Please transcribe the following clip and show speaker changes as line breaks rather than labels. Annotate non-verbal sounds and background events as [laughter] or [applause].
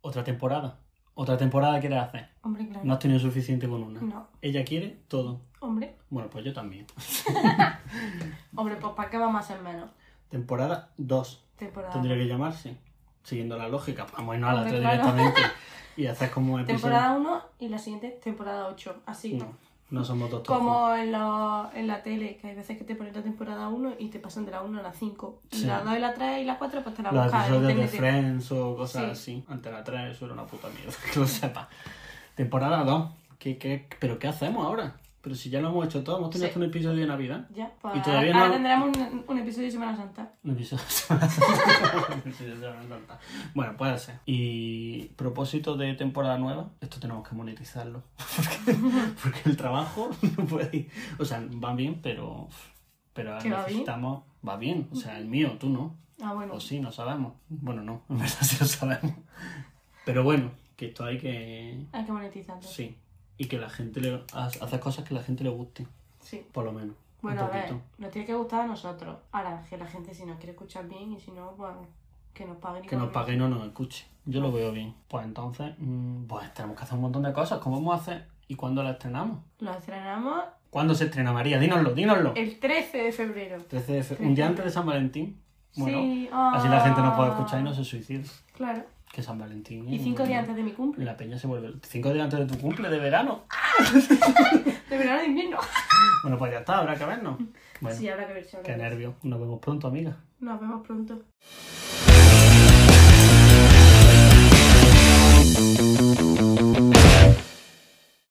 Otra temporada. Otra temporada quieres hacer.
Hombre, claro.
No has tenido suficiente con una.
No.
Ella quiere todo.
Hombre,
Bueno, pues yo también.
hombre, pues ¿para qué vamos a hacer menos?
Temporada 2.
Temporada,
Tendría que llamarse. Siguiendo la lógica. Vamos a irnos a la
Hombre,
3
claro.
directamente. Y hacer como episodio.
temporada 1 y la siguiente temporada 8. Así.
No, no somos dos tontos.
Como en, los- en la tele, que hay veces que te ponen la temporada 1 y te pasan de la 1 a la 5. Y
Sí.
la 2 y la 3 y la 4 pues te la
Los
buscas en
episodios de
internet.
Friends o cosas así. Ante la 3, eso era una puta mierda, [laughs] que lo sepa. Temporada 2. ¿Qué, qué, ¿Pero qué hacemos ahora? Pero si ya lo hemos hecho todo, hemos tenido
Sí.
hasta un episodio de Navidad.
Ya, pues
Y todavía
ahora
no-
tendremos un, un episodio de Semana Santa.
Un [laughs] episodio de Semana Santa. [laughs] Bueno, puede ser. Y propósito de temporada nueva, esto tenemos que monetizarlo. [laughs] Porque, porque el trabajo [laughs] no puede ir. O sea, va bien, pero, pero
¿Que va bien?
necesitamos. Va bien, o sea, el mío, tú no.
Ah, bueno.
O Oh, sí, no sabemos. Bueno, no, en verdad [laughs] sí lo sabemos. Pero bueno, que esto hay que.
Hay que monetizarlo. Sí.
Sí. Y que la gente le. Hacer cosas que la gente le guste, por lo menos.
Bueno,
un
a ver,
poquito.
nos tiene que gustar a nosotros. Ahora, que la gente si nos quiere escuchar bien y si no, pues que nos paguen. y
Que nos
con-
pague y no nos escuche. Yo lo veo bien. Pues entonces, mm, pues tenemos que hacer un montón de cosas. ¿Cómo vamos a hacer? ¿Y cuándo la estrenamos?
Lo estrenamos
¿Cuándo se estrena María? Dínoslo, dínoslo.
el 13 de febrero.
13 de fe- Un día antes de San Valentín. Bueno,
sí,
así la gente nos
ah,
puede escuchar y no se Mm. suicida.
Claro.
Que San Valentín.
Y
es
cinco
un-
días antes de mi cumple.
La peña se vuelve. Cinco días antes de tu cumple de verano.
De verano de invierno.
Bueno, pues ya
[laughs]
está, habrá que vernos. Bueno,
Sí, habrá que ver si habrá
qué
que ver.
nervio. Nos vemos pronto, amiga.
Nos vemos pronto.